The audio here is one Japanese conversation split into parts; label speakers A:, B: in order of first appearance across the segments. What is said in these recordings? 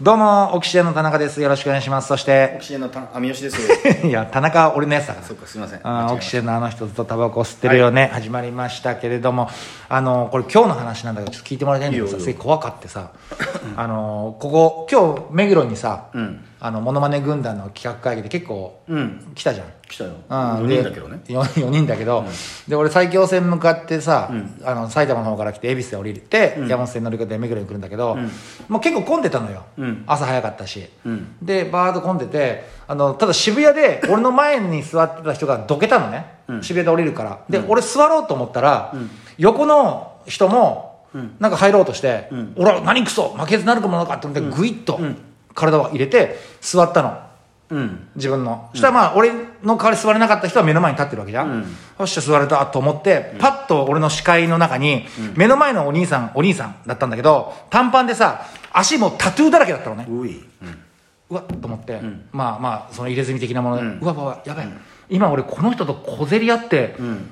A: どうも、オキシエンの田中です。よろしくお願いします。そし
B: オ
A: て、
B: キシエンのた網吉です
A: いや、田中は俺のやつだから。
B: そうかすいません
A: あー
B: 間違えました
A: オキシエンのあの人ずっとタバコ吸ってるよね、始まりましたけれどもあのこれ今日の話なんだけどちょっと聞いてもらいたいんだけど
B: いい
A: さ
B: よいいよ
A: すげえ怖かってさあのここ今日目黒にさ、
B: うん
A: あのモノマネ軍団の企画会議で結構
B: うん
A: 来たじゃん、
B: 来たよ
A: うん
B: 4
A: で
B: 人だけどね
A: 4, 4人だけど、で俺埼京線向かってさ、あの埼玉の方から来て恵比寿で降りて、山手線乗り換えて目黒に来るんだけど、もう結構混んでたのよ、
B: うん
A: 朝早かったし、
B: うん
A: でバーッと混んでてあのただ渋谷で俺の前に座ってた人がどけたのね、渋谷で降りるからで、俺座ろうと思ったら、横の人もなんか入ろうとして「俺は何クソ負けずなるかもなのか」って思ってグイッと体を入れて座ったの。
B: うん
A: 自分のそしたらまあ俺の代わり座れなかった人は目の前に立ってるわけじゃん、
B: うん
A: よっしゃ座れたと思ってパッと俺の視界の中に目の前のお兄さんお兄さんだったんだけど短パンでさ足もタトゥーだらけだったのね
B: ういう
A: わっと思って、まあまあその入れ墨的なもので、う
B: うん
A: わうわうわやばい、今俺この人と小競り合って、
B: うん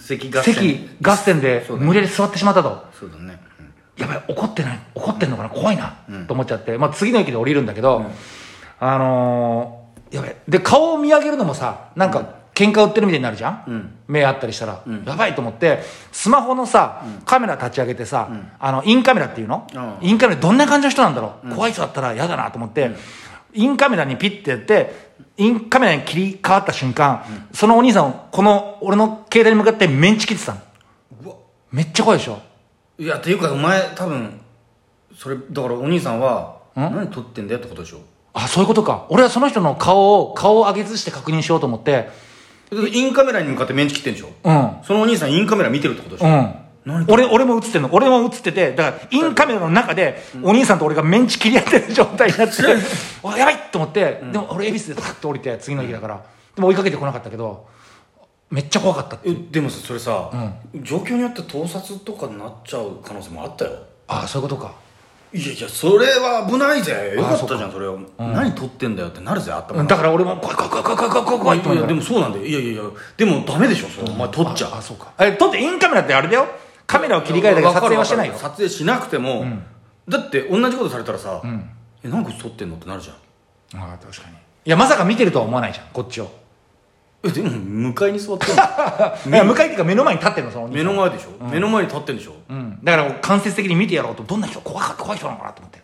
B: 席合戦
A: 席合戦で
B: そうだね
A: 無理やり座ってしまったと、
B: そうだね
A: やばい怒ってない怒ってんのかな怖いな、と思っちゃって、まあ、次の駅で降りるんだけど、あのーやばいで顔を見上げるのもさなんか喧嘩売ってるみたいになるじゃん、
B: うん
A: 目あったりしたら、やばいと思ってスマホのさ、カメラ立ち上げてさ、あのインカメラっていうの、
B: ああ
A: インカメラどんな感じの人なんだろう、怖い人だったら嫌だなと思って、インカメラにピッてやってインカメラに切り替わった瞬間、そのお兄さんこの俺の携帯に向かってメンチ切ってたの
B: うわ
A: めっちゃ怖いでしょ
B: うんいやっていうかお前多分それだからお兄さんは何撮ってんだよってことでしょ
A: あそういうことか俺はその人の顔を顔を上げずして確認しようと思って
B: だってインカメラに向かってメンチ切ってんでしょ
A: うん
B: そのお兄さんインカメラ見てるってことでし
A: う
B: ょ
A: ん
B: 何
A: 俺俺も映ってんの俺も映っててだからインカメラの中でお兄さんと俺がメンチ切り合ってる状態になってて あやばいと思ってでも俺恵比寿でパッと降りて次の駅だからでも追いかけてこなかったけどめっちゃ怖かったって
B: えでもさそれさ状況によって盗撮とかになっちゃう可能性もあったよ
A: あそういうことか
B: いやいやそれは危ないぜよかっ
A: あ
B: たじゃんそれは何撮ってんだよってなるぜ頭
A: う
B: の
A: んだから俺も怖い怖い怖い怖い怖い怖い怖いって思
B: い
A: いなが
B: やで
A: ら
B: もそうなんだよいやいやいやでもダメでしょそれお前撮っちゃ
A: あそうかえ撮ってインカメラってあれだよカメラを切り替えたけど
B: わか
A: 撮
B: る
A: 影はしてないよ
B: わかる撮影しなくても、だって同じことされたらさ、えなんか撮ってんのってなるじゃん
A: あ確かにいやまさか見てるとは思わないじゃんこっちを
B: えでも向かいに座って んの
A: いや向かいっていうか目の前に立ってるのそのお兄さん
B: 目の前でしょ、目の前に立ってんでしょ、
A: うん、だから間接的に見てやろうとどんな人怖か怖い人なのかなと思って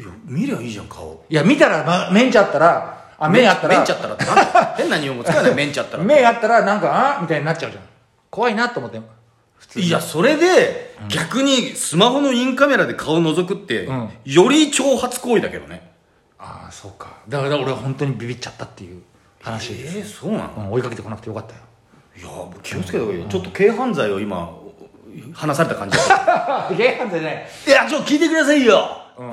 B: いや見りゃいいじゃん顔
A: いや見たら、ま、面ちゃったらあ目あったら
B: メンチャったらってなんだよ変な日本 語使うなよメンチャったら
A: 目あったらなんかあみたいになっちゃうじゃん怖いなと思って普通に
B: いやそれで、逆にスマホのインカメラで顔覗くって、
A: うん
B: より挑発行為だけどね
A: ああそうかだから俺は本当にビビっちゃったっていう話
B: え
A: です、
B: ー、そうなの
A: うん、追いかけてこなくてよかったよ
B: いやもう気をつけた方がいいよ、ちょっと軽犯罪を今話された感じだった
A: あ芸犯罪ね
B: いや、ちょっと聞いてくださいよ、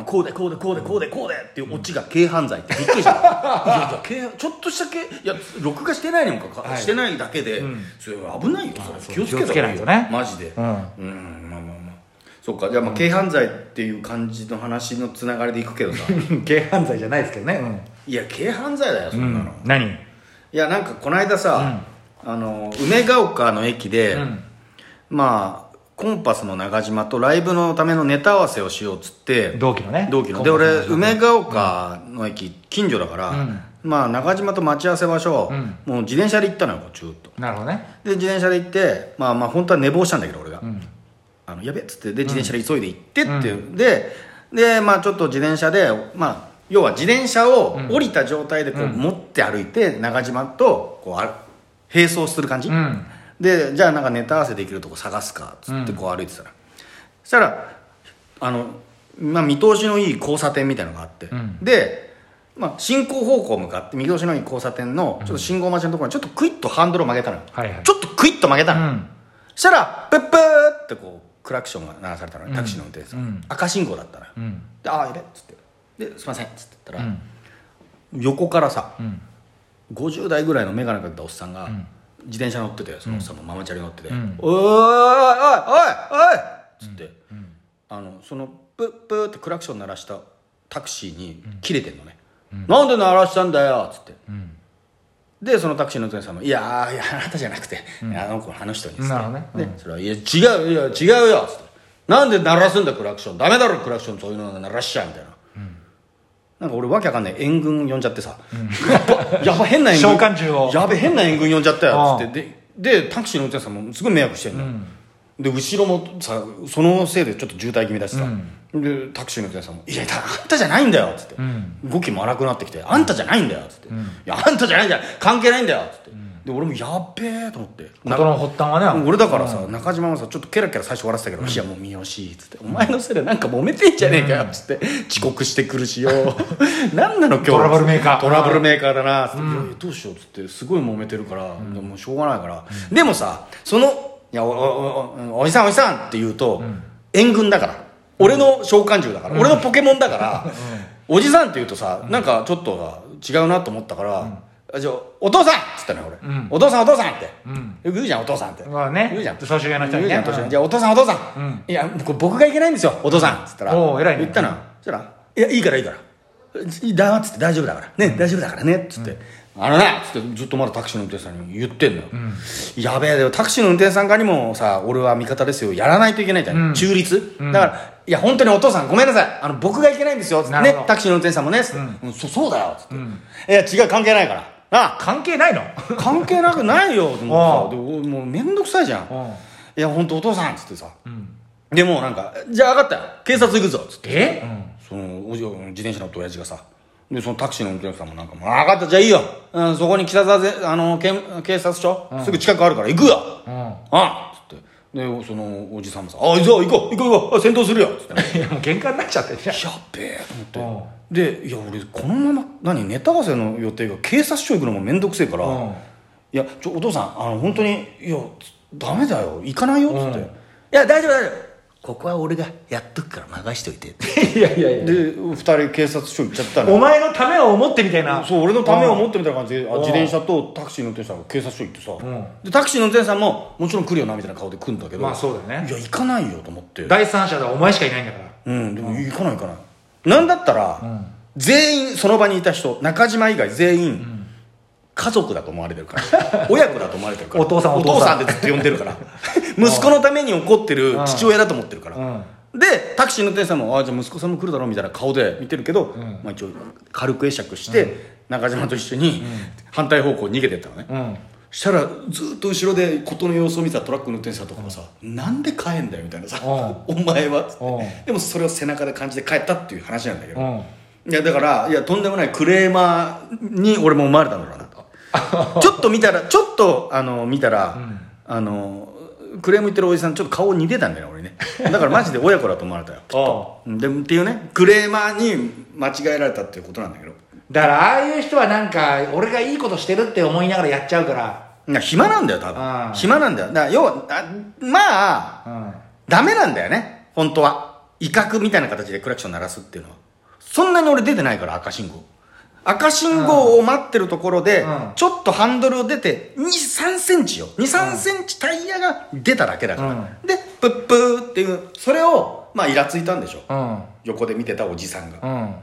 B: こうでこうでこうでこうでこうでっていうオチが軽犯罪ってびっくり したいやいや軽ちょっとした軽いや録画してないのかか、
A: はい
B: してないだけで、それは危ないよそれ気をつけ
A: 気をつけ
B: た方が
A: ないとね
B: マジで
A: うん
B: んまあまあまあそっかじゃあまあ軽犯罪っていう感じの話のつながりでいくけ どさ
A: 芸犯罪じゃないですけどね
B: いや軽犯罪だよそ
A: うんん、
B: な
A: う
B: の、
A: ん、何
B: いやなんかこの間さ、あの梅ヶ丘の駅で、
A: ん
B: まあコンパスの長島とライブのためのネタ合わせをしようっつって
A: 同期のね
B: 同期ので
A: コンパスの
B: 俺梅ヶ丘の駅近所だから、
A: うん
B: まあ中島と待ち合わせ場所、
A: ん
B: もう自転車で行ったのよこうちゅーっと
A: なるほどね
B: で自転車で行ってまあまあ本当は寝坊したんだけど俺が、
A: ん
B: あのやべっつってで自転車で急いで行ってっていう、ででまあちょっと自転車でまあ要は自転車を降りた状態でこう、持って歩いて中島とこうあ並走する感じ、
A: うん
B: でじゃあなんかネタ合わせできるとこ探すかっつってこう歩いてたら、そしたらあの、まあ、見通しのいい交差点みたいなのがあって、
A: ん
B: で、まあ、進行方向向かって見通しのいい交差点のちょっと信号待ちのところにちょっとクイッとハンドルを曲げたのよ、
A: はいはい
B: ちょっとクイッと曲げた
A: う
B: の、
A: ん
B: そしたらプップーってこうクラクションが鳴らされたのねタクシーの運転手さん、
A: うん
B: 赤信号だったのよ、
A: うん
B: でああやべっつってですいませんっつって言った
A: う
B: ら、
A: ん
B: 横からさ
A: うん
B: 50代ぐらいの眼鏡かけたおっさんが、自転車乗っててそのおっさんもママチャリ乗ってて「
A: ん
B: おいおいおいおい!」っつって、あのそのプップーってクラクション鳴らしたタクシーに切れてんのね「なんで鳴らしたんだよ」っつって、でそのタクシーの運転手さんも「いやーいやあなたじゃなくて、あの子あの人に」っつって
A: なるほどね
B: でそれは「いや違ういや違うよ」っつって「なんで鳴らすんだクラクションダメだろクラクションそういうの鳴らしちゃう」みたいな、なんか俺わけわかんない援軍呼んじゃってさ、やっぱやば変な援軍
A: 召喚獣を
B: やべ変な援軍呼んじゃったよっつ
A: う
B: っ
A: ん
B: てででタクシーの運転手さんもすごい迷惑してんの、で後ろもさそのせいでちょっと渋滞気味だしさ、でタクシーの運転手さんも「いやあんたじゃないんだよ」っつって、動きも荒くなってきて「あんたじゃないんだよ」っつって「いやあんたじゃないんだよ関係ないんだよ」っつって、で俺もやっべえと思って
A: 事の発端はね
B: 俺だからさ、中島もさちょっとケラケラ最初笑ってたけど「いやもう三好」っつって「お前のせいでなんか揉めてんじゃねえかよ」っつって「遅刻してくるしよ 何なの今日
A: トラブルメーカー
B: トラブルメーカーだな」っつって「いやいやどうしよう」っつってすごい揉めてるから、もうしょうがないから、でもさその「いやおおおおおじさんおじさん」って言うと、援軍だから俺の召喚獣だから、俺のポケモンだから、おじさんって言うとさ、なんかちょっとさ違うなと思ったから「あじゃあお父さん!」っつったのよ俺、お父さんお父さん」って、よく言うじゃんお父さんって、
A: まあね
B: 言うじゃん
A: 年上の人にね
B: 言うじゃん年上
A: うん
B: じゃあお父さんお父さん、いやこれ僕がいけないんですよお父さんっつったら
A: おー偉いね
B: 言ったのそしたら「いやいいからいいから」いいだっつって大丈夫だからね大丈夫だからねっつって、あのねっつってずっとまだタクシーの運転手さんに言ってんのよ、やべえでもタクシーの運転手さん側にもさ俺は味方ですよやらないといけないじゃん、中立、だからいや本当にお父さんごめんなさいあの僕がいけないんですよつって
A: なる
B: ね
A: ほど
B: タクシーの運転手さんもねっつって、うんそそうだよっつって、いや違う関係ないからなあ
A: 関係 ないの
B: 関係なくないよと思ってさでおもう面倒くさいじゃん
A: うん
B: いや本当お父さんっつってさ、でもうなんか「じゃあ分かったよ警察行くぞ」っつって
A: え
B: そのおじ自転車乗った親父がさでそのタクシーの運転手さんもなんか「もう分かったじゃあいいよ、うん、そこに北沢ぜあのけ警察署、すぐ近くあるから行くよ」
A: うん
B: あっつってでそのおじさんもさ「あいぞ行こう行こう行こうあ戦闘するよ」っつって
A: いやもう喧嘩になっちゃってるじゃん
B: やっべえと思ってでいや俺このまま何ネタ合わせの予定が警察署行くのも面倒くせえから、
A: うん
B: いやちょお父さんあの本当にいやダメだよ行かないよっつって、いや大丈夫大丈夫ここは俺がやっとくから任しといて
A: いやいやいや
B: で二人警察署行っちゃった
A: お
B: の
A: 前のためを思ってみたいな
B: そう俺のためを
A: うん
B: 思ってみたいな感じであ
A: ん
B: 自転車とタクシーの運転手さんが警察署行ってさ、
A: ん
B: でタクシーの運転手さんももちろん来るよなみたいな顔で来るんだけど、
A: まあそうだよね
B: いや行かないよと思って
A: 第三者ではお前しかいないんだから
B: うんでも行かない行かないなんだったら、全員その場にいた人中島以外全員、家族だと思われてるか ら親子だと思われてるから
A: お父さん
B: お
A: お
B: 父
A: 父
B: さ
A: さ
B: ん
A: ん
B: ってずっと呼んでるから 息子のために怒ってる父親だと思ってるから、でタクシーの運転手さんも「ああじゃあ息子さんも来るだろ」みたいな顔で見てるけど、まあ、一応軽く会釈して、中島と一緒に反対方向に逃げてったのね、
A: うん
B: したらずっと後ろで事の様子を見てたトラックの運転手さんとかもさ「なんで帰んだよ」みたいなさ「お
A: う
B: 前は」つっ
A: うん
B: てでもそれを背中で感じて帰ったっていう話なんだけ
A: う
B: ど
A: ん
B: いやだからいやとんでもないクレーマーに俺も思われたんだろうな とちょっと見たらちょっとあの見たらあのクレーム言ってるおじさんちょっと顔似てたんだよね俺ねだからマジで親子だと思われたよ
A: お
B: うんでっていうねクレーマーに間違えられたっていうことなんだけど
A: だからああいう人はなんか俺がいいことしてるって思いながらやっちゃうから
B: な暇なんだよ多
A: あ
B: 分
A: あ
B: 暇なんだよだから要はあまあ、
A: うん
B: ダメなんだよね本当は威嚇みたいな形でクラクション鳴らすっていうのはそんなに俺出てないから赤信号赤信号を待ってるところで、
A: うん
B: ちょっとハンドルを出て23センチよ23センチタイヤが出ただけだから、
A: う
B: でプップーっていうそれをまあイラついたんでしょ、
A: うん
B: 横で見てたおじさんが、
A: うん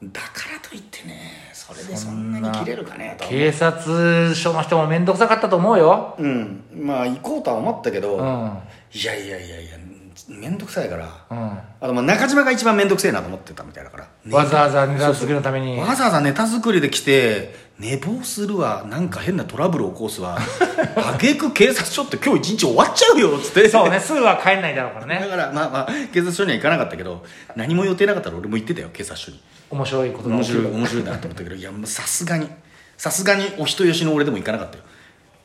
B: だからといってねそれでそんなに切れるかねと
A: 警察署の人も面倒くさかったと思うよ
B: うんまあ行こうとは思ったけど、
A: うん
B: いやいやいやいや面倒くさいから、
A: うん
B: あとまあ中島が一番面倒くせえなと思ってたみたいだから、ね
A: わざわざ値段作りのために
B: わざわざネタ作りで来て寝坊するわなんか変なトラブルを起こす わ挙句警察署って今日一日終わっちゃうよっつって
A: そうねすぐは帰んないだろうから
B: だ
A: ね
B: からまあまあ警察署には行かなかったけど何も予定なかったら俺も行ってたよ警察署に
A: 面白いことが
B: 面
A: 起き
B: 白い
A: る
B: 面白いなと思ったけどいやもうさすがにさすがにお人よしの俺でも行かなかったよ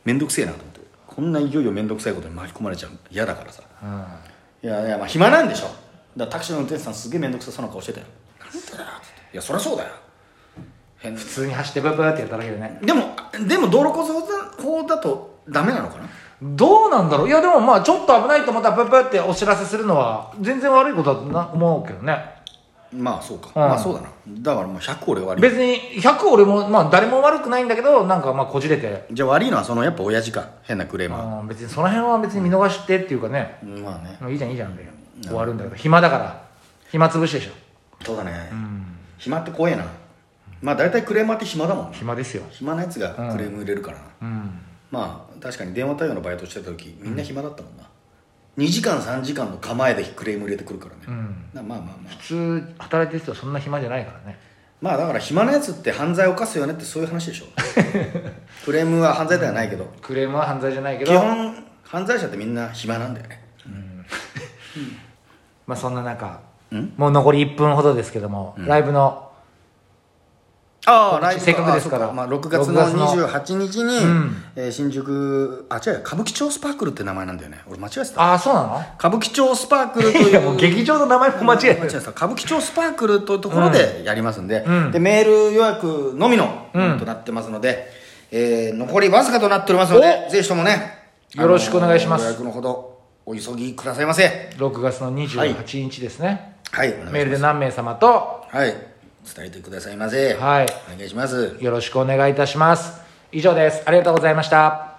B: 面倒くせえなと思ってこんないよいよ面倒くさいことに巻き込まれちゃう嫌だからさ
A: うん
B: いやいやまあ暇なんでしょだからタクシーの運転手さんすげえ面倒くさそうな顔してたよなんでだよっていやそりゃそうだよ変
A: 普通に走ってブーブーってやっただけでね
B: でもでも道路交通法だとダメなのかな
A: どうなんだろういやでもまあちょっと危ないと思ったらブーブーってお知らせするのは全然悪いことだとな思うけどね
B: まあそうか、
A: うん
B: まあそうだなだからもう100俺悪い
A: 別に100俺もまあ誰も悪くないんだけどなんかまあこじれて、
B: じゃあ悪いのはそのやっぱ親父か変なクレーマ
A: うん、別にその辺は別に見逃してっていうかね、
B: ー、まあね
A: もういいじゃんいいじゃんで終わるんだけど暇だから暇つぶしでしょ
B: そうだね、暇って怖えなまあ大体クレーマーって暇だもんね
A: 暇ですよ
B: 暇なやつがクレーム入れるからな、
A: うん
B: まあ確かに電話対応のバイトしてた時みんな暇だったもんな、2時間3時間の構えでクレーム入れてくるからね、
A: うん
B: なまあまあまあ
A: 普通働いてる人はそんな暇じゃないからね
B: まあだから暇なやつって犯罪を犯すよねってそういう話で しょクレームは犯罪ではないけど
A: クレームは犯罪じゃないけ
B: 基
A: ど
B: 本犯罪者ってみんな暇なんだよね
A: まあそんな中
B: ん
A: もう残り1分ほどですけども、ライブの
B: ああ
A: 告知せっかくですから
B: あそうまあ、6月
A: 6月の
B: の28日に、
A: ん
B: えー新宿あ違う歌舞伎町スパークルって名前なんだよね俺間違えてた
A: ああそうな
B: 歌舞伎町スパークルと
A: のい
B: い
A: やもう
B: う
A: 劇場の名前も間違え
B: 間
A: て
B: 違え
A: る
B: た歌舞伎町スパークルというところでやりますんで,、
A: ん
B: でメール予約のみの、となってますので、えー残りわずかとなっておりますので
A: お
B: ぜひともね
A: よろしくお願いします
B: あの予約のほどお急ぎくださいませ
A: 6月の28日ですね、
B: はいお願いします
A: メールで何名様と
B: はい伝えてくださいませ
A: はい
B: お願いします
A: よろしくお願いいたします以上ですありがとうございました